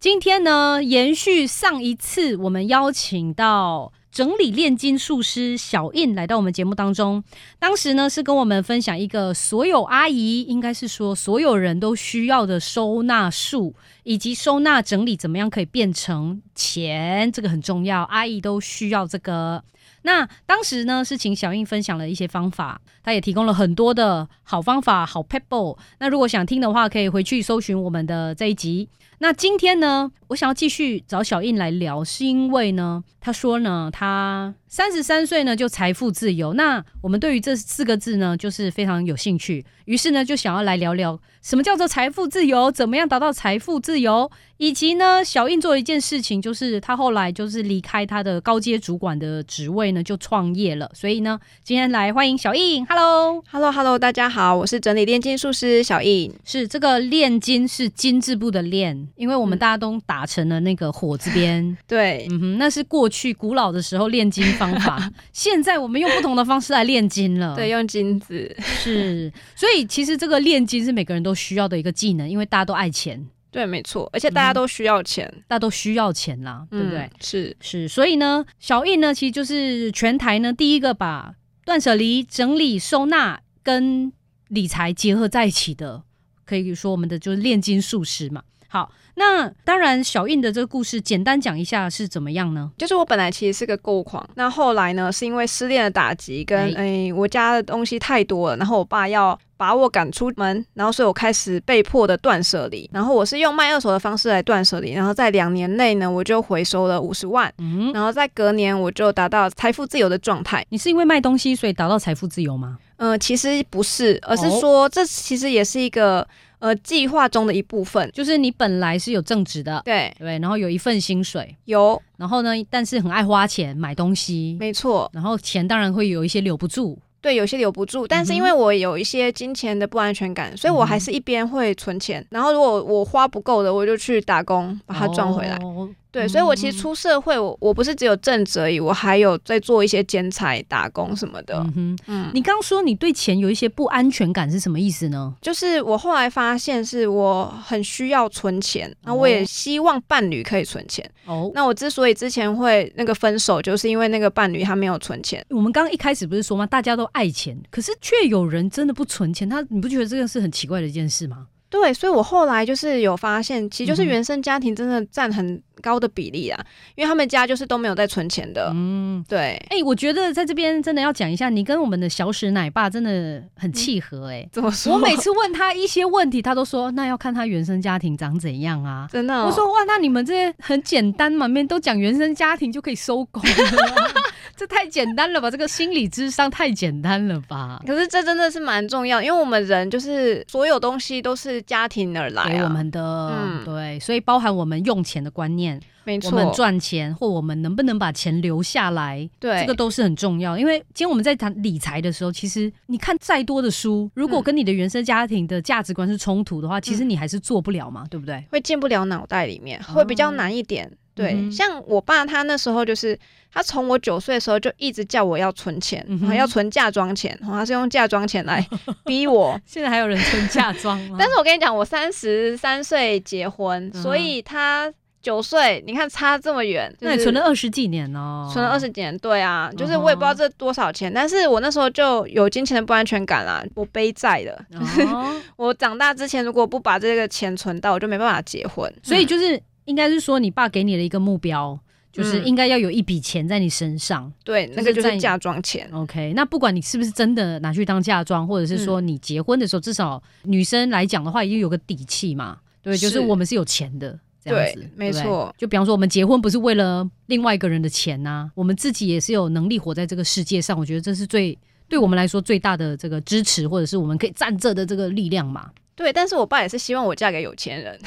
今天呢，延续上一次，我们邀请到整理炼金术师小印来到我们节目当中。当时呢，是跟我们分享一个所有阿姨，应该是说所有人都需要的收纳术，以及收纳整理怎么样可以变成钱，这个很重要，阿姨都需要这个。那当时呢，是请小印分享了一些方法，他也提供了很多的好方法、好 people。那如果想听的话，可以回去搜寻我们的这一集。那今天呢，我想要继续找小印来聊，是因为呢，他说呢，他三十三岁呢就财富自由。那我们对于这四个字呢，就是非常有兴趣，于是呢就想要来聊聊什么叫做财富自由，怎么样达到财富自由，以及呢，小印做了一件事情，就是他后来就是离开他的高阶主管的职位呢，就创业了。所以呢，今天来欢迎小印，Hello。 Hello Hello，大家好，我是整理炼金术师小易。是这个“炼金”是金字部的“炼”，因为我们嗯大家都打成了那个火字边，对，嗯哼，那是过去古老的时候炼金方 法，现在我们用不同的方式来炼金了。对，，用金 子，是，所以其实这个炼金是每个人都需要的一个技能，因为大家都爱钱，对，没错，而且大家都需要钱，大家都需要钱啦，对不对？嗯？是，是，所以呢，小印呢，其实就是全台呢第一个把断舍离、整理、收纳跟理财结合在一起的，可以说我们的就是炼金术师嘛。好，那当然，小印的这个故事简单讲一下是怎么样呢？就是我本来其实是个购物狂，那后来呢，是因为失恋的打击跟哎、我家的东西太多了，然后我爸要把我赶出门，然后所以我开始被迫的断舍离，然后我是用卖二手的方式来断舍离，然后在两年内呢，我就回收了五十万，嗯，然后在隔年我就达到财富自由的状态。你是因为卖东西所以达到财富自由吗？嗯，其实不是，而是哦说这其实也是一个呃计划中的一部分。就是你本来是有正职的，对，对，然后有一份薪水，有，然后呢，但是很爱花钱买东西，没错，然后钱当然会有一些留不住，对，有些留不住，但是因嗯哼嗯为我有一些金钱的不安全感，所以我还是一边会存钱，然后如果我花不够的，我就去打工把它赚回来。哦对，所以我其实出社会，我我不是只有正职而已，我还有在做一些兼差、打工什么的。嗯哼，嗯，你刚说你对钱有一些不安全感是什么意思呢？就是我后来发现，是我很需要存钱，然后我也哦希望伴侣可以存钱。哦，那我之所以之前会那个分手，就是因为那个伴侣他没有存钱。我们刚刚一开始不是说吗？大家都爱钱，可是却有人真的不存钱，他你不觉得这个是很奇怪的一件事吗？对，所以我后来就是有发现，其实就是嗯哼原生家庭真的占很高的比例啊，因为他们家就是都没有在存钱的。嗯，对，哎、我觉得在这边真的要讲一下，你跟我们的小史奶爸真的很契合哎、怎么说？ 我每次问他一些问题，他都说那要看他原生家庭长怎样啊。 真的哦、我说哇，那你们这些很简单嘛，面都讲原生家庭就可以收工 了啊，这太简单了吧？这个心理智商太简单了吧？可是这真的是蛮重要，因为我们人就是所有东西都是家庭而来给啊，我们的，嗯对，所以包含我们用钱的观念，没我错，们赚钱或我们能不能把钱留下来，对这个都是很重要。因为今天我们在谈理财的时候，其实你看再多的书，如果嗯跟你的原生家庭的价值观是冲突的话，其实你还是做不了嘛，对不对？会进不了脑袋里面，会比较难一点。对，哦嗯哼像我爸他那时候就是，他从我九岁的时候就一直叫我要存钱，嗯哼然后要存嫁妆钱，然后他是用嫁妆钱来逼 我。现在还有人存嫁妆 吗？但是我跟你讲，我三十三岁结婚，嗯所以他九岁，你看差这么远，就那你是存了二十几年哦，存了二十几年，对啊，就是嗯哼我也不知道这多少钱，但是我那时候就有金钱的不安全感啦，我背债了。哦，我长大之前如果不把这个钱存到，我就没办法结婚。 所以嗯就是应该是说，你爸给你的一个目标，就是嗯应该要有一笔钱在你身上。对，那个就就是在是嫁妆钱。 OK，那不管你是不是真的拿去当嫁妆，或者嗯是说你结婚的时候，至少女生来讲的话，已经有个底气嘛。对，就是是我们是有钱的，这样子，对对没不对错就比方说，我们结婚不是为了另外一个人的钱呐、我们自己也是有能力活在这个世界上。我觉得这是最对我们来说最大的这个支持，或者是我们可以站着的这个力量嘛。 对，但是我爸也是希望我嫁给有钱人，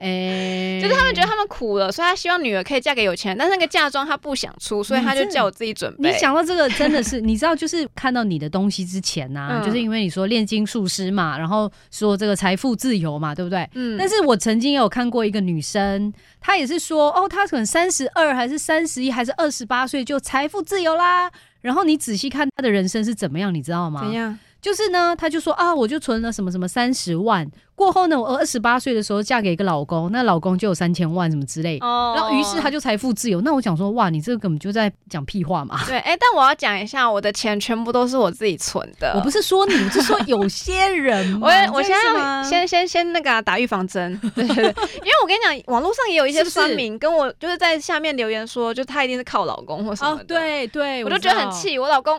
诶、就是他为觉得他们苦了，所以他希望女儿可以嫁给有钱人，但是那个嫁妆他不想出，所以他就叫我自己准备。你讲到这个真的是，你知道，就是看到你的东西之前呐、嗯就是因为你说炼金术师嘛，然后说这个财富自由嘛，对不对？嗯，但是我曾经也有看过一个女生，她也是说，哦，她可能三十二还是三十一还是二十八岁就财富自由啦。然后你仔细看她的人生是怎么样，你知道吗？怎样？就是呢，她就说啊，我就存了什么什么三十万，过后呢，我二十八岁的时候嫁给一个老公，那老公就有三千万什么之类的。哦然后于是她就财富自由。那我想说，哇，你这个根本就在讲屁话 嘛！对，哎、但我要讲一下，我的钱全部都是我自己存的。我不是，是说你，我是说有些人嘛。 我我这现样在是要吗哦先先先那个啊、打预防针，对对对，因为我跟你讲，网络上也有一些是不是酸民跟我就是在下面留言说，就他一定是靠老公或什么哦的。，。对 对，我就觉得知很道， 啊气，我老公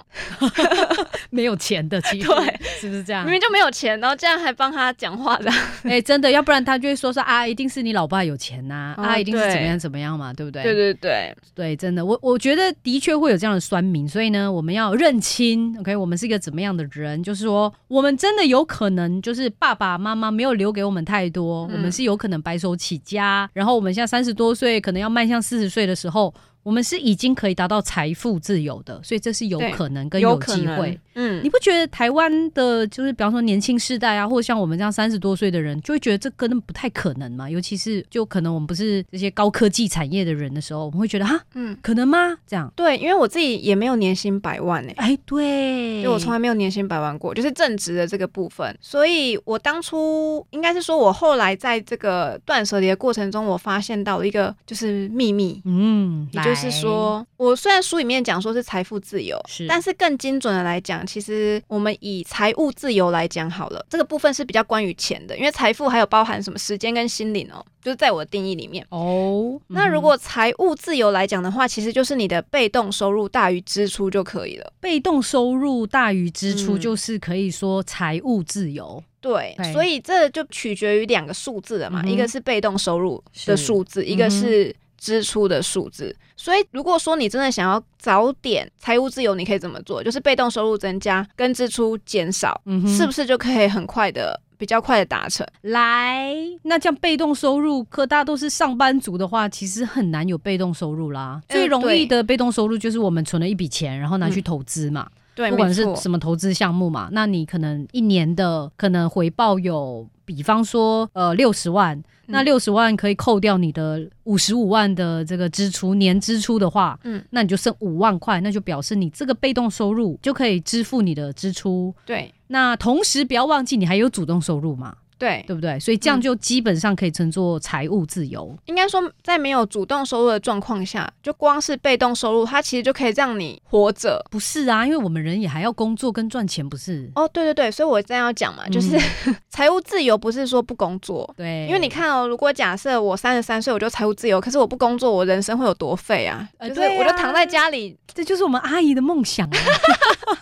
没有钱的，其实对是不是这样明？明就没有钱，然后竟然还帮他讲话的， 哎、真的，要不然他就会说说啊，一定是你老爸有钱呐、哦啊，一定是怎么对样怎么样嘛，对不对？对对对，对真的，我我觉得的确会有这样的酸民，所以呢，我们要认清，OK，我们是一个怎么样的人？就是说，我们真的有可能就是爸爸妈妈没有留给我们太多，嗯我们是有可能白手起家，然后我们现在三十多岁，可能要迈向四十岁的时候。我们是已经可以达到财富自由的，所以这是有对可能跟有可机会能。，嗯你，不觉得台湾的，就是比方说年轻世代啊，或者像我们这样三十多岁的人，就会觉得这根本不太可能嘛？尤其是就可能我们不是这些高科技产业的人的时候，我们会觉得哈，嗯，可能吗？这样，对，因为我自己也没有年薪百万诶、哎，对，就我从来没有年薪百万过，就是正职的这个部分。所以我当初应该是说，我后来在这个断舍离的过程中，我发现到了一个就是秘密。嗯，也就是来，说，我虽然书里面讲说是财富自由，是但是更精准的来讲，其实我们以财务自由来讲好了，这个部分是比较关于钱的，因为财富还有包含什么时间跟心灵哦，就是在我的定义里面。哦，那嗯如果财务自由来讲的话，其实就是你的被动收入大于支出就可以了。被动收入大于支出，嗯就是可以说财务自由，对对，所以这就取决于两个数字了嘛，嗯哼一个是被动收入的是数字，一个嗯哼是支出的数字。所以如果说你真的想要早点财务自由，你可以怎么做？就是被动收入增加跟支出减少，嗯是不是？是就可以很快的、比较快的达成？来，那这样被动收入，可大家都是上班族的话，其实很难有被动收入啦。嗯最容易对的被动收入就是我们存了一笔钱，然后拿去嗯投资嘛。对，不管没是错。什么投资项目嘛，那你可能一年的可能回报有，比方说呃六十嗯万，那六十万可以扣掉你的五十五万的这个支出，年支出的话，嗯嗯，那你就剩五万块，那就表示你这个被动收入就可以支付你的支出。对那同时不要忘记你还有主动收入嘛，对，对不对？所以嗯这样就基本上可以称作财务自由。应该说在没有主动收入的状况下，就光是被动收入，它其实就可以让你活着。不是啊，因为我们人也还要工作跟赚钱，不是？哦，对对对，所以我这样要讲嘛，就是、 财务自由不是说不工作，对，因为你看哦，如果假设我三十三岁我就财务自由，可是我不工作，我人生会有多废啊？呃就是对啊我就躺在家里，这就是我们阿姨的梦想、啊，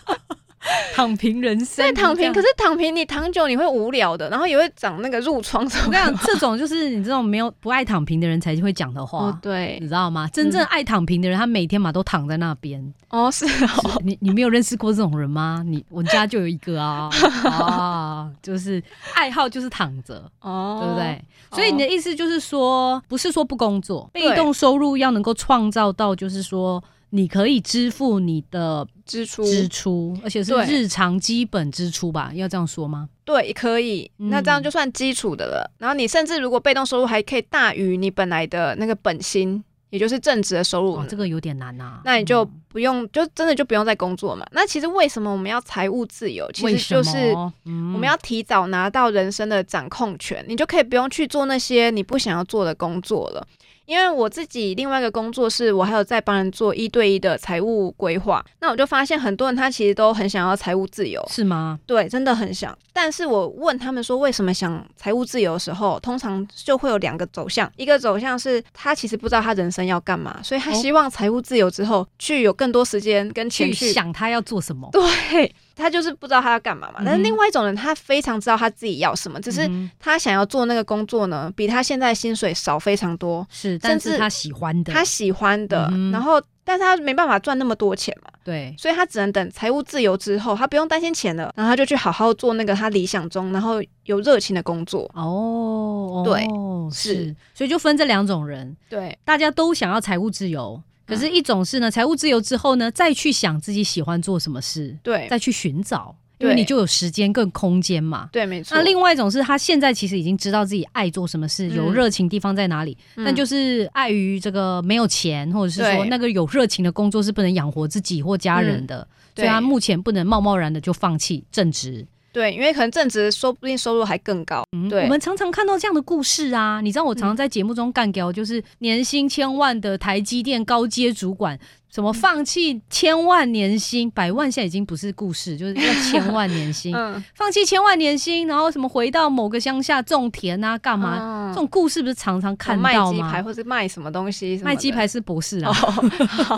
躺平人生。对，躺平。可是是躺平你躺久你会无聊的，然后也会长那个褥疮什我 么跟的。你 讲，这种就是你这种没有不爱躺平的人才会讲的话。哦，嗯你对，知道吗？真正爱躺平的人，他每天嘛都躺在那边。哦是哦，你你没有认识过这种人吗？你我们家就有一个啊 啊，就是爱好就是躺着，哦 对不？对？所以你的意思就是说，不是说不工作，对被动收入要能够创造到，就是说你可以支付你的支出支出，而且是对日常基本支出吧？要这样说吗？对可以，嗯那这样就算基础的了。然后你甚至如果被动收入还可以大于你本来的那个本薪，也就是正职的收入哇，，哦这个有点难呐、那你就嗯不用，就真的就不用再工作嘛。那其实为什么我们要财务自由？其为实就什是么嗯我们要提早拿到人生的掌控权，你就可以不用去做那些你不想要做的工作了。因为我自己另外一个工作是我还有在帮人做一对一的财务规划，那我就发现很多人他其实都很想要财务自由，是吗？对，真的很想。但是我问他们说为什么想财务自由的时候，通常就会有两个走向，一个走向是他其实不知道他人生要干嘛，所以他哦希望财务自由之后去有更多时间跟钱去去想他要做什么？对，他就是不知道他要干嘛嘛。嗯哼但是另外一种人，他非常知道他自己要什么，只是嗯他想要做那个工作呢，比他现在薪水少非常多，是，但是至他喜欢的，他喜欢的，嗯哼然后但是他没办法赚那么多钱嘛，对，所以他只能等财务自由之后，他不用担心钱了，然后他就去好好做那个他理想中然后有热情的工作。哦，对哦是是，所以就分这两种人，对，大家都想要财务自由，可是，嗯一种是呢，财务自由之后呢，再去想自己喜欢做什么事，对，再去寻找，因为对你就有时间跟空间嘛。对，没错。那另外一种是他现在其实已经知道自己爱做什么事，嗯有热情地方在哪里，但就是是碍于这个没有钱，或者是说对那个有热情的工作是不能养活自己或家人的，所嗯对以他目前不能贸贸然的就放弃正职。对，因为可能正职说不定收入还更高。嗯对我们常常看到这样的故事啊，你知道我常常在节目中干掉，就是年薪千万的台积电高阶主管，什么放弃千万年薪、百万，现在已经不是故事，就是要千万年 薪，嗯，放弃千万年薪，然后什么回到某个乡下种田啊，干嘛？嘛这种故事不是常常看卖到鸡排吗？或是卖什么东西什么的卖鸡。排是博士哦，啊， 好，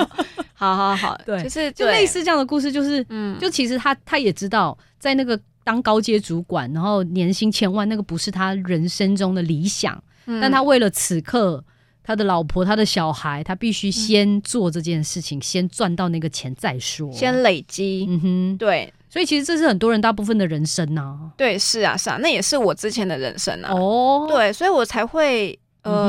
好好好， 对就 是就对类，似这样的故事，就是嗯，就其实他他也知道，在那个当高阶主管，然后年薪千万，那个不是他人生中的理想。嗯但他为了此刻他的老婆、他的小孩，他必须先做这件事情，先赚到那个钱再说。先，累积。嗯哼，对所以其实这是很多人大部分的人生呐、对，是啊是啊，那也是我之前的人生啊。哦，对，所以我才会呃、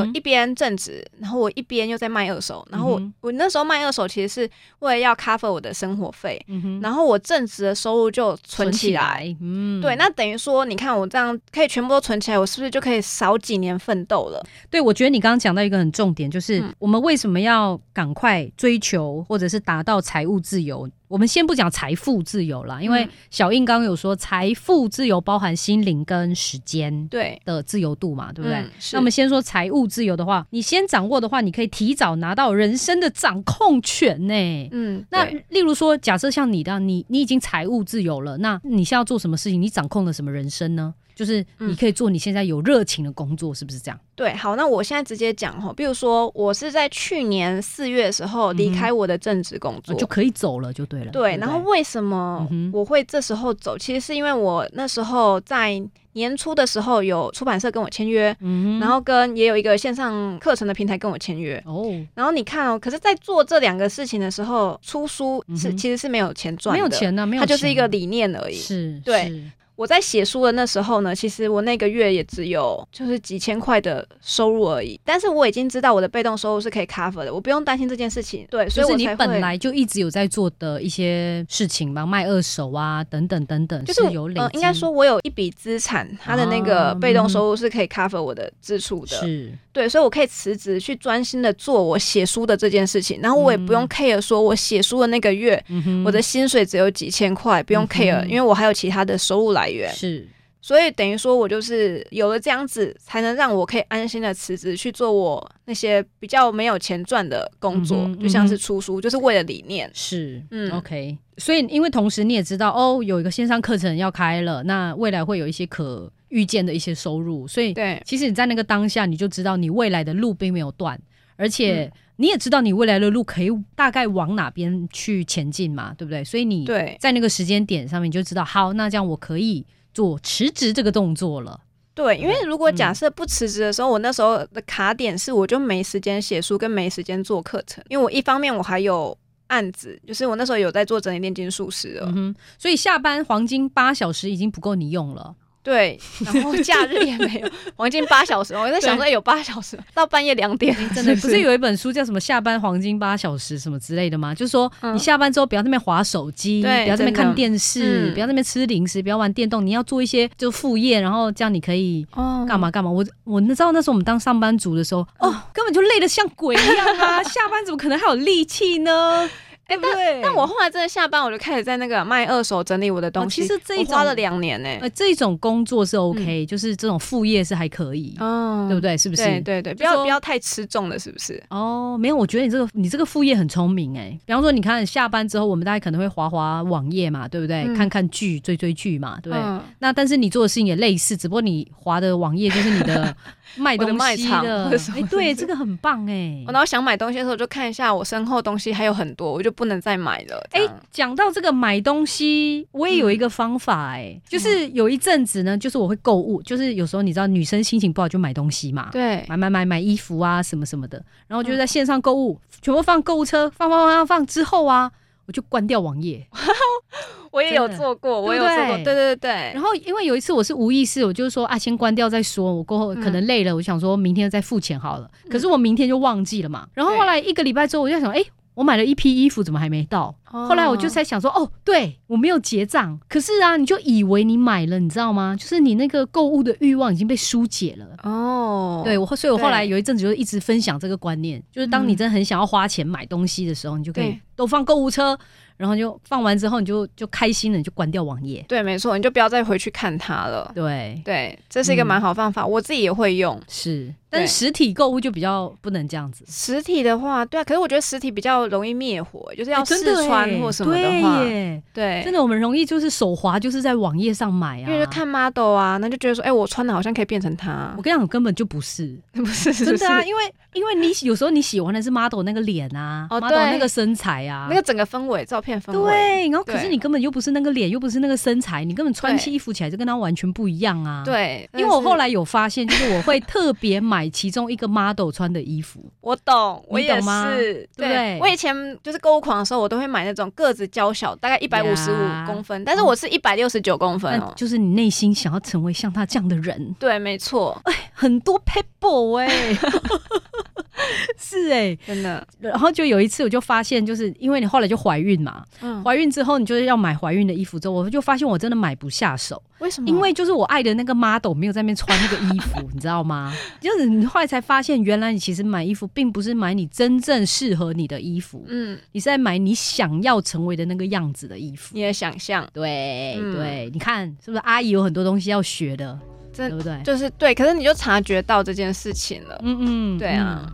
嗯哼一边正职，然后我一边又在卖二手，然后我、嗯哼我那时候卖二手其实是为了要 cover 我的生活费，嗯哼，然后我正职的收入就存起来。，嗯，对，那等于说，你看我这样可以全部都存起来，我是不是就可以少几年奋斗了？对我觉得你刚刚讲到一个很重点，就是嗯我们为什么要赶快追求或者是达到财务自由？我们先不讲财富自由啦，因为嗯小印刚刚有说，财富自由包含心灵跟时间对，的自由度嘛，对不对？嗯是那我们先说财务自由的话，你先掌握的话，你可以提早拿到人生的掌控权呢、嗯，那对例如说，假设像你的，啊你你已经财务自由了，那你现在要做什么事情？你掌控了什么人生呢？就是你嗯可以做你现在有热情的工作，是不是这样？啊对，好，那我现在直接讲哈，比如说我是在去年四月的时候嗯离哼开我的正职工呃作，就可以走了，就对了。对，不然后为什么嗯哼我会这时候走？其实是因为我那时候在年初的时候有出版社跟我签约，嗯哼然后跟也有一个线上课程的平台跟我签约。哦，然后你看哦，可是，在做这两个事情的时候，出书是、嗯哼其实是没有钱赚没的，有钱啊呢、没有它钱，就是一个理念而已。是，对是我在写书的那时候呢，其实我那个月也只有就是几千块的收入而已，但是我已经知道我的被动收入是可以 cover 的，我不用担心这件事情。对，所就以是我你才本会来就一直有在做的一些事情嘛，卖二手啊，等等等等，就是有累积、呃，应该说我有一笔资产，它的那啊个被动嗯收入是可以 cover 我的支出的，是对，所以我可以辞职去专心的做我写书的这件事情，然后我也不用嗯 care 说我写书的那个月。嗯哼我的薪水只有几千块，不用嗯哼 care，、因为我还有其他的收入来源，是所以等于说我就是有了这样子，才能让我可以安心的辞职去做我那些比较没有钱赚的工作，嗯哼就像嗯是出书，就是为了理念。是，嗯嗯，OK。所以，因为同时你也知道，哦，有一个线上课程要开了，那未来会有一些可预见的一些收入，所以对，其实你在那个当下，你就知道你未来的路并没有断，而且嗯你也知道你未来的路可以大概往哪边去前进嘛，对不对？所以你对，在那个时间点上面，你就知道，好，那这样我可以做辞职这个动作了。对，因为如果假嗯设不辞职的时候，我那时候的卡点是我就没时间写书，跟没时间做课程，因为我一方面我还有案子，就是我那时候有在做整理炼金术师了，嗯哼，所以下班黄金八小时已经不够你用了。对，然后 假日也没有，黄金八小时，我在想说哎有八小时吗到半夜两点，哎 真的不不是是有一本书叫什么“下班黄金八小时”什么之类的吗？就是说嗯你下班之后不要在那边划手机，对不要在那边真的看电视，嗯不要在那边吃零食，不要玩电动，你要做一些就副业，然后这样你可以哦干嘛？干嘛。我我那知道那时候我们当上班族的时候，嗯哦，根本就累得像鬼一样啊！ 下班怎么可能还有力气呢？对不哎对？但我后来真的下班，我就开始在那个卖二手整理我的东西，哦其实这一我花种了两年呢、呃这种工作是 OK，就是这种副业是还可以，哦对不？对？是不嗯对是？对对，就不要说不要太吃重了，是不是？哦，没有，我觉得你这个你这个副业很聪明哎、比方说，你看下班之后，我们大家可能会划划网页嘛，对不对？嗯看看剧、追追剧嘛，对不对？嗯 那但是你做的事情也类似，只不过你划的网页就是你的卖我的东卖西场的。或者什么哎，对，东西这个很棒哎、然后想买东西的时候，就看一下我身后东西还有很多，我就不能再买了。哎哎，，讲到这个买东西，我也有嗯一个方法哎、就是有一阵子呢，就是我会购物，就是有时候你知道女生心情不好就买东西嘛，对，买买买买衣服啊什么什么的，然后就在线上购物，全部放购物车，放放放放之后啊，我就关掉网页。我也有真的做过，我对有不做过，对对对对对然。后因为有一次我是无意识，我就是说啊，先关掉再说，我过后可能累了，我想说明天再付钱好了。可是我明天就忘记了嘛。然后后来一个礼拜之后，我就想，哎、我买了一批衣服，怎么还没到？后后来我就才想说，哦，对我没有结账。可是啊，你就以为你买了，你知道吗？就是你那个购物的欲望已经被疏解了。哦，对，我所以我后来对有一阵子就一直分享这个观念，就是当你嗯真的很想要花钱买东西的时候，你就可以对都放购物车，然后就放完之后，你就就开心了，你就关掉网页。对，没错，你就不要再回去看它了。对，对，这是一个嗯蛮好方法，我自己也会用。是，但对是实体购物就比较不能这样子，实体的话，对啊，可是我觉得实体比较容易灭火，就是要哎真试的穿耶或什么对的话，耶对，真的我们容易就是手滑，就是在网页上买啊，因为就看 model 啊，那就觉得说，哎、我穿的好像可以变成他我，跟你讲，根本就不是， 不是，是真不的啊，是因为因为你喜有时候你喜欢的是 model 那个脸啊、哦 m o d 对 e l 那个身材啊，那个整个氛围，照片氛围，对，然后可是对你根本又不是那个脸，又不是那个身材，你根本穿对起衣服起来就跟他完全不一样啊。。对，因为我后来来有发现，就是我会特别买其中一个 model 穿的衣服， 我懂，我你也懂吗是，对不对我以前就是购物狂的时候，我都会买那种个子娇小，大概一百五十呀哦五公分，但是我是一百六十九公分那哦。就是你内心想要成为像他这样的人， 对，没错，很多 people 哎、 是哎、真的，然后就有一次我就发现，就是因为你后来就怀孕嘛，嗯，怀孕之后你就是要买怀孕的衣服，之后我就发现我真的买不下手，为什么？因为就是我爱的那个 model 没有在那边穿那个衣 服，你知道吗？就是你后来才发现，原来你其实买衣服并不是买你真正适合你的衣服，嗯，你是在买你想要成为的那个样子的衣服。你的想象对、嗯对，你看是不是阿姨有很多东西要学的，对真不对？就是对，可是你就察觉到这件事情了。嗯嗯，对啊嗯。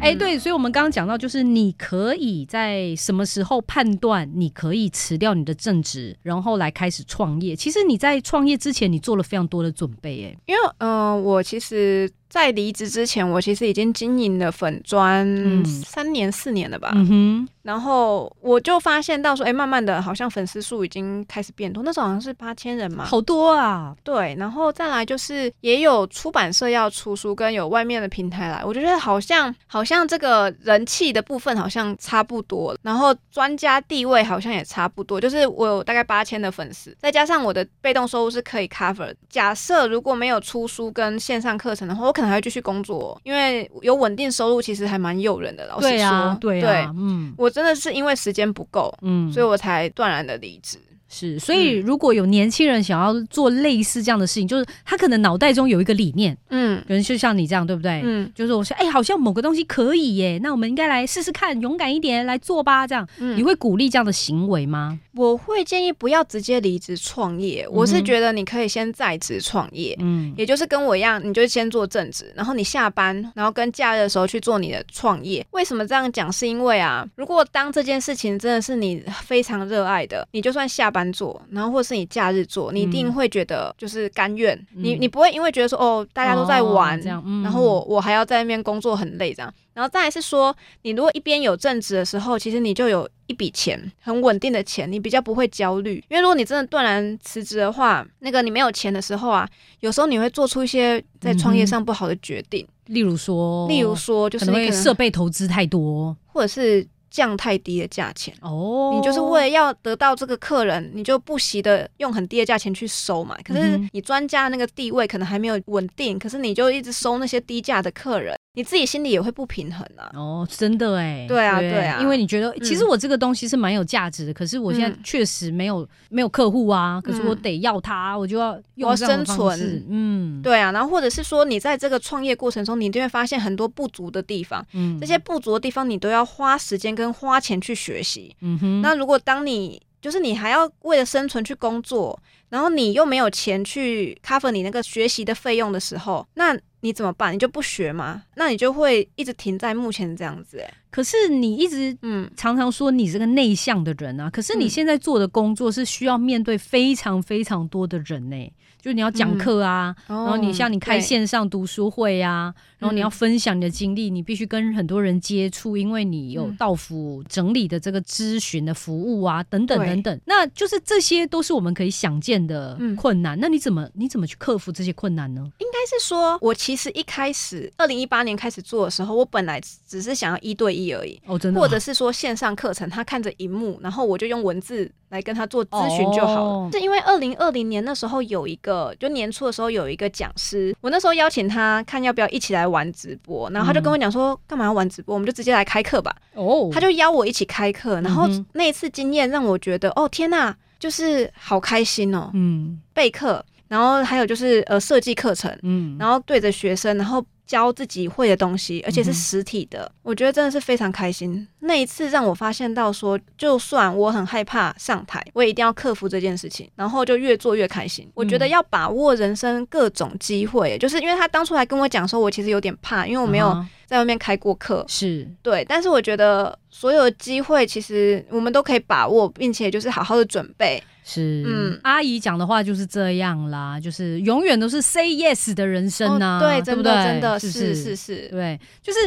哎、嗯对，所以我们刚刚讲到，就是你可以在什么时候判断你可以辞掉你的正职，然后来开始创业。其实你在创业之前，你做了非常多的准备、哎，因为嗯、呃我其实，在离职之前，我其实已经经营了粉砖嗯三年四年了吧。嗯哼，然后我就发现到说，哎、慢慢的，好像粉丝数已经开始变多，那时候好像是八千人嘛。好多啊，对，然后再来就是也有出版社要出书，跟有外面的平台来，我觉得好像好像这个人气的部分好像差不多，然后专家地位好像也差不多，就是我有大概八千的粉丝，再加上我的被动收入是可以 cover 的。假设如果没有出书跟线上课程的话，我可能还会继续工作哦，因为有稳定收入其实还蛮诱人的。老哦实说，对啊，对啊，对嗯我真的是因为时间不够，嗯，所以我嗯才断然的离职。是，所以如果有年轻人想要做类似这样的事情，就是他可能脑袋中有一个理念，嗯有人就像你这样，对不对？嗯就是我说，哎、好像某个东西可以耶，那我们应该来试试看，勇敢一点来做吧。这样，嗯你会鼓励这样的行为吗？我会建议不要直接离职创业，我嗯是哼觉得你可以先在职创业。嗯，也就是跟我一样，你就先做正职，然后你下班，然后跟假日的时候去做你的创业。为什么这样讲？是因为啊，如果当这件事情真的是你非常热爱的，你就算下班做，然后或是你假日做，你一定嗯会觉得就是甘愿。你嗯你不会因为觉得说哦，大家都在哦玩，这样，嗯然后我我还要在那边工作很累这样。然后再来是说，你如果一边有正职的时候，其实你就有一笔钱，很稳定的钱，你比较不会焦虑。因为如果你真的断然辞职的话，那个你没有钱的时候啊，有时候你会做出一些在创业上不好的决定，例如说，例如说就嗯哦是可能你会可设能备投资太多或者是降太低的价钱。哦你就是为了要得到这个客人，你就不惜的用很低的价钱去收嘛。可是嗯哼你专家那个地位可能还没有稳定，可是你就一直收那些低价的客人，你自己心里也会不平衡啊。哦，真的哎，对啊对啊因为你觉得其实我这个东西是蛮有价值的，可是我现在嗯确实没有没有客户啊，可是我嗯得要它，我就要用我要这样的生方存式，嗯，，对啊，然后或者是说你在这个创业过程中，你一定会发现很多不足的地方，嗯这些不足的地方你都要花时间跟花钱去学习。嗯哼，那如果当你就是你还要为了生存去工作，然后你又没有钱去 cover 你那个学习的费用的时候，那你怎么办？你就不学吗？那你就会一直停在目前这样子、欸。可是你一直嗯，常常说你是个内向的人啊，可是你嗯现在做的工作是需要面对非常非常多的人呢、就你要嗯讲课啊，然然后你像你开线上读书会啊，然后你要哦嗯分享你的经历，你必须跟很多人接触，因为你有嗯到府整理的这个咨询的服务啊，等等对等等，那就是这些都是我们可以想见的嗯困难。那你怎么你怎么去克服这些困难呢？应该是说，我其实一开始二零一八年开始做的时候，我本来只是想要一对一而已，哦，真的啊，或者是说线上课程，他看着荧幕，然后我就用文字来跟他做咨询就好了。哦是因为二零二零年那时候有一个，就年初的时候有一个讲师，我那时候邀请他看要不要一起来玩直播，然后他就跟我讲说，干嘛要玩直播，我们就直接来开课吧。嗯哦，他就邀我一起开课，然后嗯哼那一次经验让我觉得，哦天呐，就是好开心哦，嗯备课，然后还有就是呃设计课程，嗯，然后对着学生，然后教自己会的东西，而且嗯是哼实体的，我觉得真的是非常开心。那一次让我发现到说，就算我很害怕上台，我也一定要克服这件事情，然后就越做越开心。我觉嗯得要把握人生各种机会，就是因为他当初来跟我讲说，我其实有点怕，因为我没有啊在外面开过课，是对，但是我觉得所有的机会其实我们都可以把握，并且就是好好的准备。是，嗯嗯，阿姨讲的话就是这样啦，就是永远都是 say yes 的人生呐、哦对，对真不的对？真的是不是是是，对，就是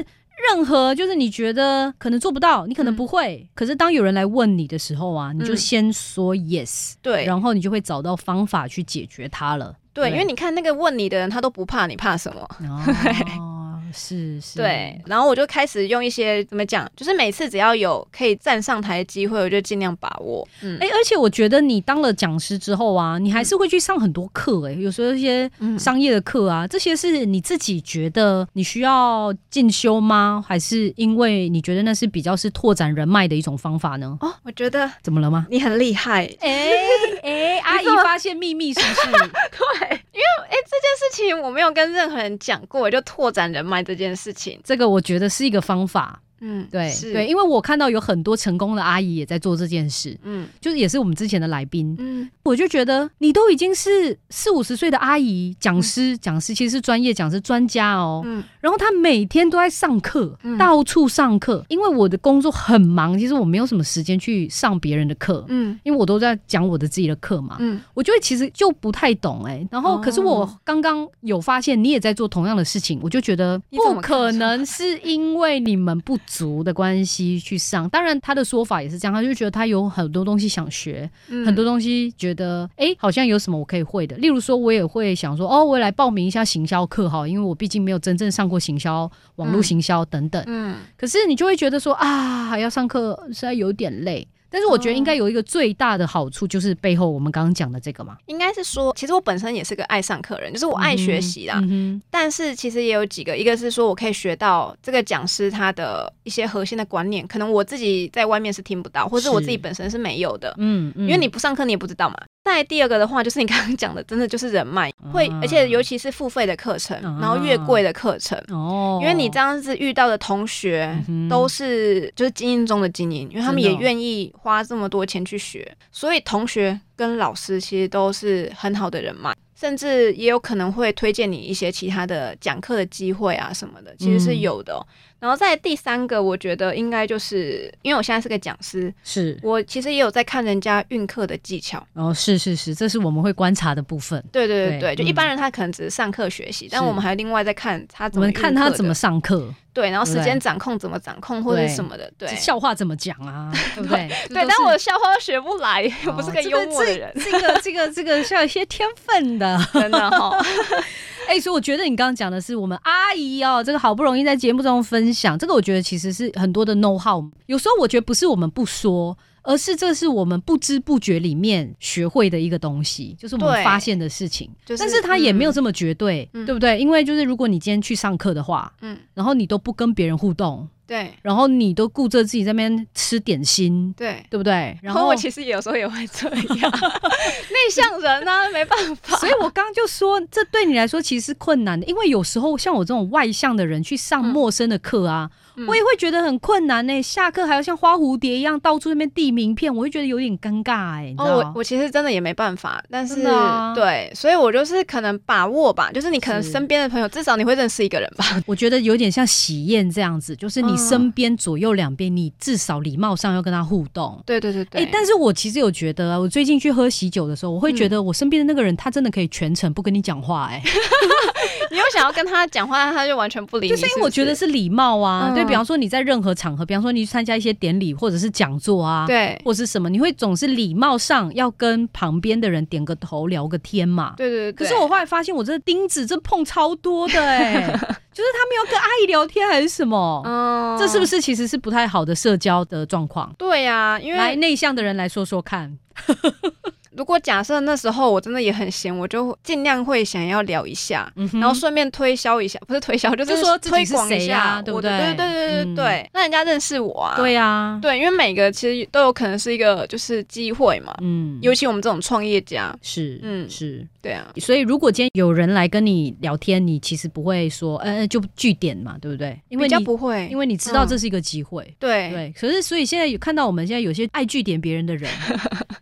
任何就是你觉得可能做不到，你可能嗯不会，可是当有人来问你的时候啊，你就嗯先说 yes，、对，然后你就会找到方法去解决它了。对，因为你看那个问你的人，他都不怕，你 怕什么？哦，是是，对，，然后我就开始用一些怎么讲，就是每次只要有可以站上台的机会，我就尽量把握。嗯，哎、而且我觉得你当了讲师之后啊，你还是会去上很多课、诶，有时候一些嗯商业的课啊，这些是你自己觉得你需要进修吗？还是因为你觉得那是比较是拓展人脉的一种方法呢？哦，我觉得怎么了吗？你很厉 害，哎、哎哎，阿姨发现秘密是不 是？这件事情我没有跟任何人讲过，我就拓展人脉这件事情。这个我觉得是一个方法，嗯，对是，对，，因为我看到有很多成功的阿姨也在做这件事，嗯就是也是我们之前的来宾，嗯，我就觉得你都已经是四五十岁的阿姨，讲师，讲师其实是专业讲师专家哦，嗯然后她每天都在上课，嗯到处上课，因为我的工作很忙，其实我没有什么时间去上别人的课。嗯因为我都在讲我的自己的课嘛，嗯，我就会其实就不太懂哎、然后哦可是我刚刚有发现你也在做同样的事情，我就觉得你怎不么看出可来能是因为你们不足的关系去上。当然他的说法也是这样，他就觉得他有很多东西想学，嗯很多东西觉得哎、诶好像有什么我可以会的。例如说，我也会想说哦，我也来报名一下行销课哈，因为我毕竟没有真正上过行销、网络嗯行销等等。嗯可是你就会觉得说啊，要上课实在有点累。但是我觉得应哦该有一个最大的好处，就是背后我们刚刚讲的这个嘛，应该是说，其实我本身也是个爱上课人，就是我我爱学习啦。嗯但是其实也有几个，一个是说我可以学到这个讲师他的一些核心的观念，可能我自己在外面是听不到，或是是我自己本身是没有的，嗯，嗯因为你不上课你也不知道嘛。再第二个的话，就是你刚刚讲的，真的就是人脉会啊，而且尤其是付费的课程啊，然后越贵的课程，哦，因为你这样子遇到的同学嗯哼都是就是精英中的精英，因为他们真也的哦愿意花这么多钱去学，所以同学跟老师其实都是很好的人脉，甚至也有可能会推荐你一些其他的讲课的机会啊什么的，其实是嗯有的哦、然后再第三个，我觉得应该就是因为我现在是个讲师，是我其实也有在看人家运课的技巧。哦，是是是，这是我们会观察的部分。对对对对对，就一嗯般人他可能只是上课学习，但是我们还另外在看他怎我么们运看他课怎的么上课，对，然后时对间掌控怎么掌控或者对什么的，对。笑话怎么讲 啊，对不对？对，但我笑话都学不来，我 不是个幽默的人，哦这个这个这个是要有些天分的。真的哈。 哎、所以我觉得你刚刚讲的是我们阿姨哦，这个好不容易在节目中分享，这个我觉得其实是很多的 know how。有时候我觉得不是我们不说，而是这是我们不知不觉里面学会的一个东西，就是我们对发现的事情。就是但是它也没有嗯这么绝对，嗯对不对？因为就是如果你今天去上课的话，嗯，然后你都不跟别人互动，对然后你都顾着自己在那边吃点心，对。对不对？然然后 后我其实有时候也会这 样，内向人呢、没办 法。所以我刚刚就说，这对你来说其实是困难的，因为有时候像我这种外向的人去上陌生的课啊，嗯我也会觉得很困难呢、下课还要像花蝴蝶一样到处那边递名片，我会觉得有点尴尬哎、你知哦，道吗我？我其实真的也没办法，但是、真的啊对，所以我就是可能把握吧，就是你可能是身边的朋友，至少你会认识一个人 吧。我觉得有点像喜宴这样子，就是你嗯身边左右两边，你至少礼貌上要跟他互动。对对对哎、对，但是我其实有觉得啊，我最近去喝喜酒的时候，我会觉嗯得我身边的那个人，他真的可以全程不跟你讲话、哎、你又想要跟他讲话，他就完全不理你，就是因为我觉得是是礼貌啊。嗯对比方说你在任何场合，比方说你去参加一些典礼或者是讲座啊，不是对或是什么，你会总是礼貌上要跟旁边的人点个头聊个天嘛。对对对。可是我后来发现，我这钉子真碰超多的 哎、就是他们要跟阿姨聊天还是什么？嗯这是不是是其实是不太好的社交的状况？对呀、因来，为内向的人来说说看，如果假设那时候我真的也很闲，我就尽量会想要聊一下，嗯哼然后顺便推销一下，不是推销，就就是说自己推是广一谁下，啊对不我的对对对对对对，让人家认识我啊。对啊，对，因为每个其实都有可能是一个就是机会嘛，嗯，尤其我们这种创业家，是，嗯嗯是。对啊，所以，如果今天有人来跟你聊天，你其实不会说，呃，就据点嘛，对不对？因为比较你不会，因为为你知道嗯这是一个机会，对对。可是，所以现在有看到我们现在有些爱据点别人的 人，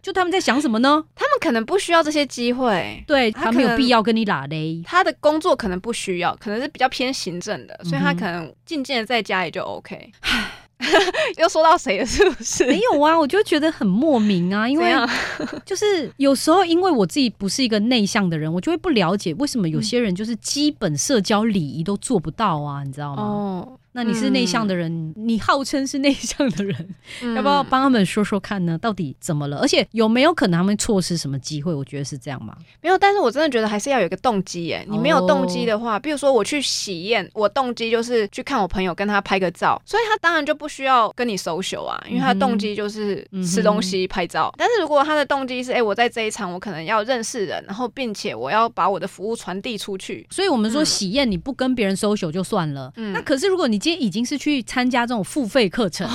就他们在想什么呢？他们可能不需要这些机会。对他他可没有必能要跟你拉嘞。他的工作可能不需要，可能是比较偏行政的，所以他嗯哼可能静静的在家也就 OK。又说到谁了，是不是？没有啊，我就觉得很莫名 啊，因怎为样就是有时候因为我自己不是一个内向的人，我就会不了解为什么有些人就是基本社交礼仪都做不到啊，你知道吗？哦，那你是内向的人，你号称是内向的人，要不要嗯帮他们说说看呢？到底怎么了？而且有没有可能他们错失什么机会？我觉得是这样嘛。没有，但是我真的觉得还是要有一个动机耶。你没有动机哦的话，比如说我去喜宴，我动机就是去看我朋友，跟他拍个照，所以他当然就不需要跟你熟手啊，因为他的动机就是嗯哼吃东西拍照。但是如果他的动机是，哎、我在这一场我可能要认识人，然后并且我要把我的服务传递出去，所以我们说嗯喜宴你不跟别人 social 就算了，嗯那可是如果你今天已经是去参加这种付费课程，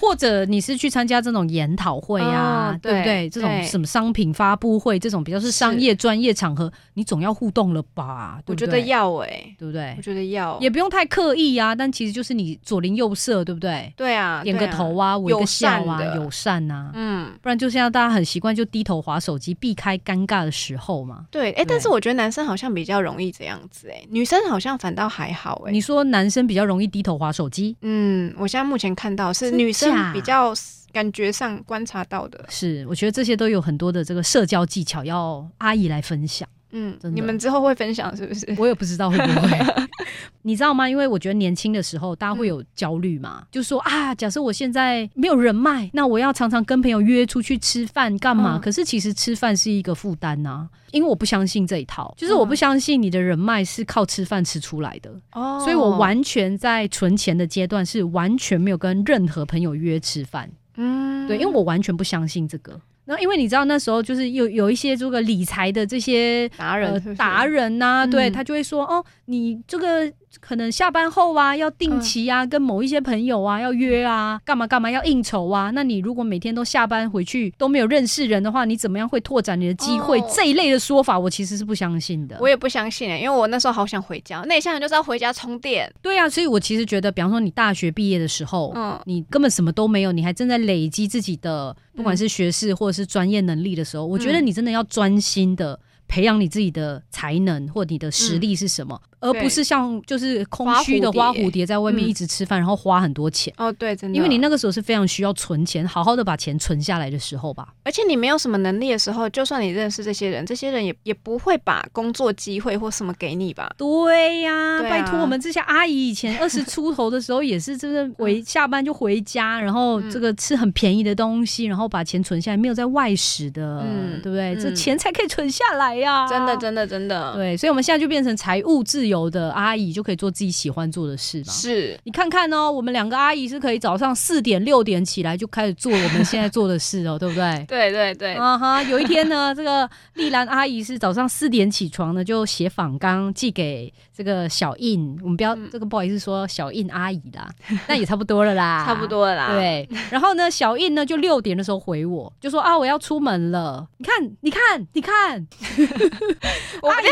或者你是去参加这种研讨会啊，哦对不对？对这种对什么商品发布会这种比较是商业专业场合，你总要互动了吧？对不我觉对得，要哎、对不对我？觉得要，也不用太刻意啊，但其实就是你左邻右舍，对不对？对啊，点个对啊头啊，微个笑友善啊，的友善啊。嗯。不然就现在大家很习惯就低头划手机，避开尴尬的时候嘛。对，哎、对但是我觉得男生好像比较容易这样子、哎，女生好像反倒还好、哎，你说男生比较容易低头划手机，嗯，我现在目前看到是真女假生比较感觉上观察到的，是我觉得这些都有很多的这个社交技巧要阿姨来分享。嗯真，的你们之后会分享是不是？ 我也不知道会不会， 你知道吗？因为我觉得年轻的时候大家会有焦虑嘛，就说啊，假设我现在没有人脉，那我要常常跟朋友约出去吃饭干嘛？嗯可是其实吃饭是一个负担呐，因为我不相信这一套，就是我不相信你的人脉是靠吃饭吃出来的，哦所以我，完全在存钱的阶段是完全没有跟任何朋友约吃饭。嗯对，因为我完全不相信这个。然后因为你知道那时候就是有有一些这个理财的这些达人是不呃、是达人呐、嗯对他就会说哦，你这个可能下班后啊，要定嗯期啊，跟某一些朋友啊要约啊，干嘛干嘛要应酬啊。那你如果每天都下班回去都没有认识人的话，你怎么样会拓展你的机会？哦这一类的说法，我其实是不相信的。我也不相信、哎，因为我那时候好想回家，内向人就是要回家充电，对啊，所以我其实觉得，比方说你大学毕业的时候，嗯你根本什么都没有，你还正在累积自己的不管是学识或者是专业能力的时候，我觉嗯得你真的要专心的培养你自己的才能或你的实力是什么，而对不是像就是空虚的花嗯花蝴蝶蝴蝶在外面嗯一直吃饭，然后花很多钱。哦，对，真的，因为你，那个时候是非常需要存钱，好好的把钱存下来的时候吧。而且你没有什么能力的时候，就算你认识这些人，这些人也也不会把工作机会或什么给你吧。对呀、对啊拜托我们这些阿姨以 前二十出头的时候也是，真的嗯回下班就回家，然后这个吃很便宜的东西，然后把钱存下来，没有在外食的，嗯对不对？嗯这钱才可以存下来呀、真的，真的，真的，啊对，啊所以我们现在就变成财务自由的阿姨，就可以做自己喜欢做的事嘛。是，你看看哦，我们两个阿姨是可以早上四点六点起来就开始做我们现在做的事哦，对不对？对对对，啊哈！有一天呢， 这个丽兰阿姨是早上四点起床呢，就写访纲寄给这个小印，我们不要、嗯这个不好意思说小印阿姨 啦，那也差不多了啦，差不。多了啦。，对，然后呢， 小印呢就六点的时候回我，就说啊，我要出门了。你看，你看，你看，我阿姨啊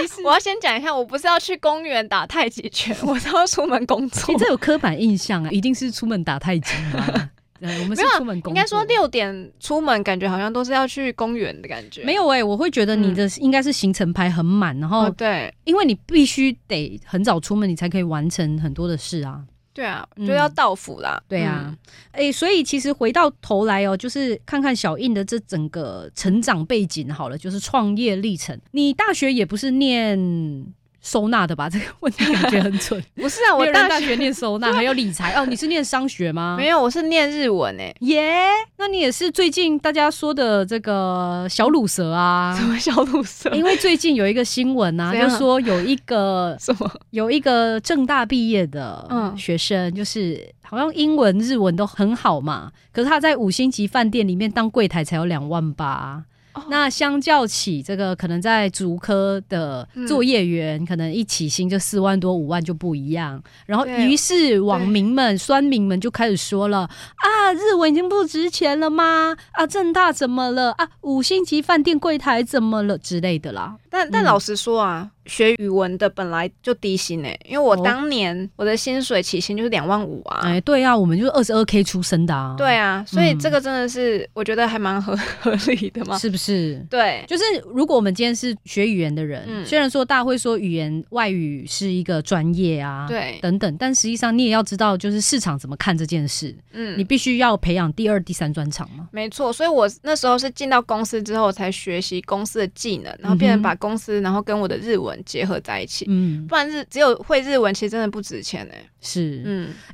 是我要先讲一下，我不是要去公园打太极拳，我是要出门工你作。这有刻板印象啊，一定是出门打太极 吗？呃我们是没有啊出门工作，应该说六点出门，感觉好像都是要去公园的感觉。没有哎、我会觉得嗯你的应该是行程排很满，然哦，后对因为你必须得很早出门，你才可以完成很多的事啊。对啊，嗯就要到府啦。对啊，哎、所以其实回到头来哦，就是看看小印的这整个成长背景好了，就是创业历程。你大学也不是念收纳的吧？ 这个问题感觉很 蠢。嗯，不是啊，我没有人大大学学啊念收纳，还有理财哦。你是念商学吗？没有，我是念日文欸诶、耶那你也是最近大家说的这个小乳蛇啊 什？么小鲁蛇？因为最近有一个新闻啊，怎就样说有一个什么？有一个正大毕业的嗯学生，就是好像英文、日文都很好嘛，可是他在五星级饭店里面当柜台才有两万八。哦那相较起这个，可能在竹科的嗯作业员，可能一起薪就四万多、五万就不一样。然后，对于是网民们、酸民们就开始说了：啊，日文已经不值钱了吗？啊，正大怎么了？啊，五星级饭店柜台怎么了之类的啦。但但嗯老实说啊，学语文的本来就低薪诶、因为我哦当年我的薪水起薪就是两万五啊。哎，对啊，我们就是二十二 K 出生的啊，对啊，所以嗯这个真的是、我觉得还蛮合 合理的嘛。是不是？对，就是如果我们今天是学语言的人，嗯虽然说大家会说语言外语是一个专业啊，对等等，但实际上你也要知道，就是市场怎么看这件事，嗯，你必须要培养第二、第三专场嘛。没错，所以我那时候是进到公司之后才学习公司的技能，然后嗯哼变成把公司然后跟我的日文结合在一起。嗯，不然日只有会日文，其实真的不值钱哎、是，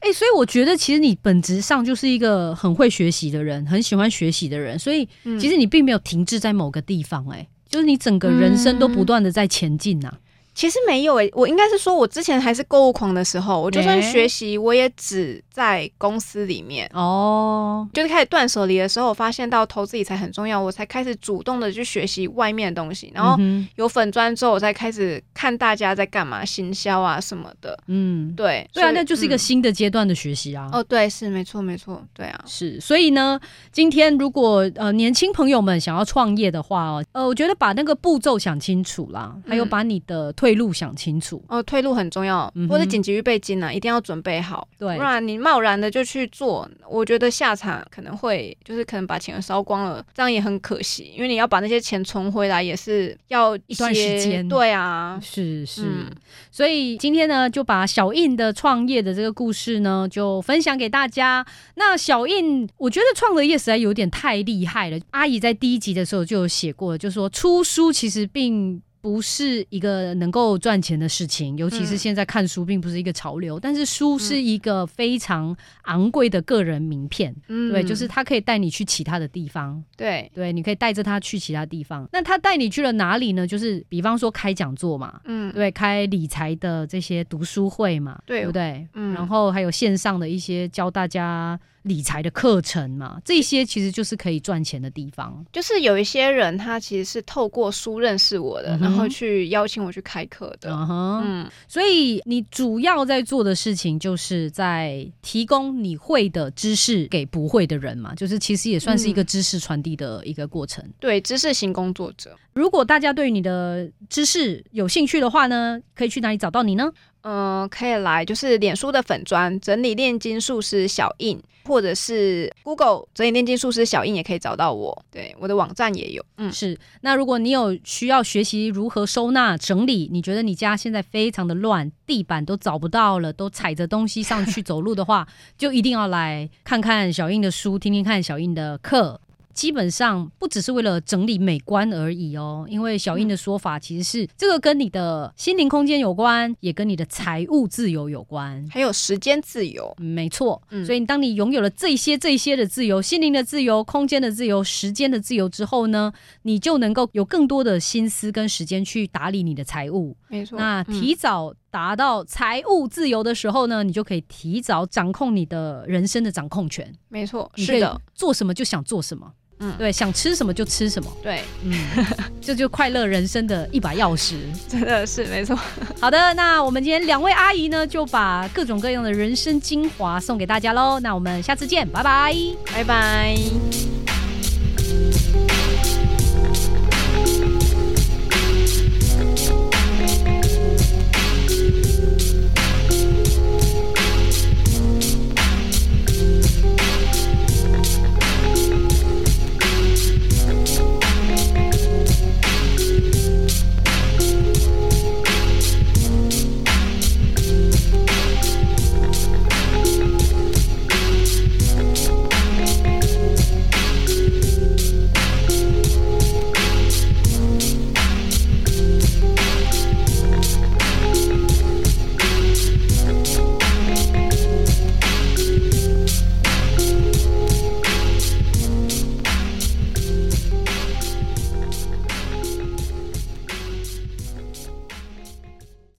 哎、嗯，所以我觉得其实你本质上就是一个很会学习的人，很喜欢学习的人，所以嗯其实你并没有停滞在某个地方、哎，就是你整个人生都不断的在前进啊呐、其实没有诶、欸我应该是说，我之前还是购物狂的时候，我就算诶学习，我也只在公司里面。哦，就是开始断舍离的时候，我发现到投资理财很重要，我才开始主动的去学习外面的东西。然后嗯有粉砖之后，我才开始看大家在干嘛，行销啊什么的。哼嗯，对，对啊，所以那就是一个嗯新的阶段的学习啊。哦，对，是没错，没错，对啊，是，所以呢，今天如果呃年轻朋友们想要创业的话哦，呃，我觉得把那个步骤想清楚啦，还有嗯把你的退路想清楚。哦，退路很重要，嗯哼或者紧急预备金啊，一定要准备好，对不然你贸然的就去做，我觉得下场可能会就是可能把钱烧光了，这样也很可惜，因为你要把那些钱存回来也是要一一段时些间对啊，是是，嗯所以今天呢，就把小印的创业的这个故事呢，就分享给大家。那小印，我觉得创的业实在有点太厉害了。阿姨在第一集的时候就有写过了，就说出书其实并。不是一个能够赚钱的事情，尤其是嗯现在看书并不是一个潮流，但是书是一个非常昂贵的个人名片，嗯对，就是它可以带你去其他的地方，对，对，你可以带着他去其他地方。那他带你去了哪里呢？就是比方说开讲座嘛，嗯，对，开理财的这些读书会嘛，对不对？嗯然后还有线上的一些教大家理财的课程嘛，这些其实就是可以赚钱的地方。就是有一些人他其实是透过书认识我的，嗯哼然后去邀请我去开课的，嗯哼，嗯，所以你主要在做的事情就是在提供你会的知识给不会的人嘛，就是其实也算是一嗯个知识传递的一个过程。对，知识型工作者。如果大家对你的知识有兴趣的话呢，可以去哪里找到你呢？嗯、可以来就是脸书的粉砖整理炼金术师小印，或者是 Google 整理炼金术师小印也可以找到我。对，我的网站也有。嗯，是，那如果你有需要学习如何收纳整理，你觉得你家现在非常的乱，地板都找不到了，都踩着东西上去走路的话，就一定要来看看小印的书，听听看小印的课。基本上不只是为了整理美观而已哦，因为小印的说法其实是这个跟你的心灵空间有关，也跟你的财务自由有关。还有时间自由。嗯没错，嗯所以当你拥有了这些、这些的自由、心灵的自由、空间的自由、时间的自由之后呢，你就能够有更多的心思跟时间去打理你的财务。没错，那嗯提早达到财务自由的时候呢，你就可以提早掌控你的人生的掌控权。没错，你可是以的，做什么就想做什么，嗯对，想吃什么就吃什么，对，嗯，这就快乐人生的一把钥 匙。真的是没错。好的，那我们今天两位阿姨呢，就把各种各样的人生精华送给大家喽。那我们下次见，拜拜。拜拜。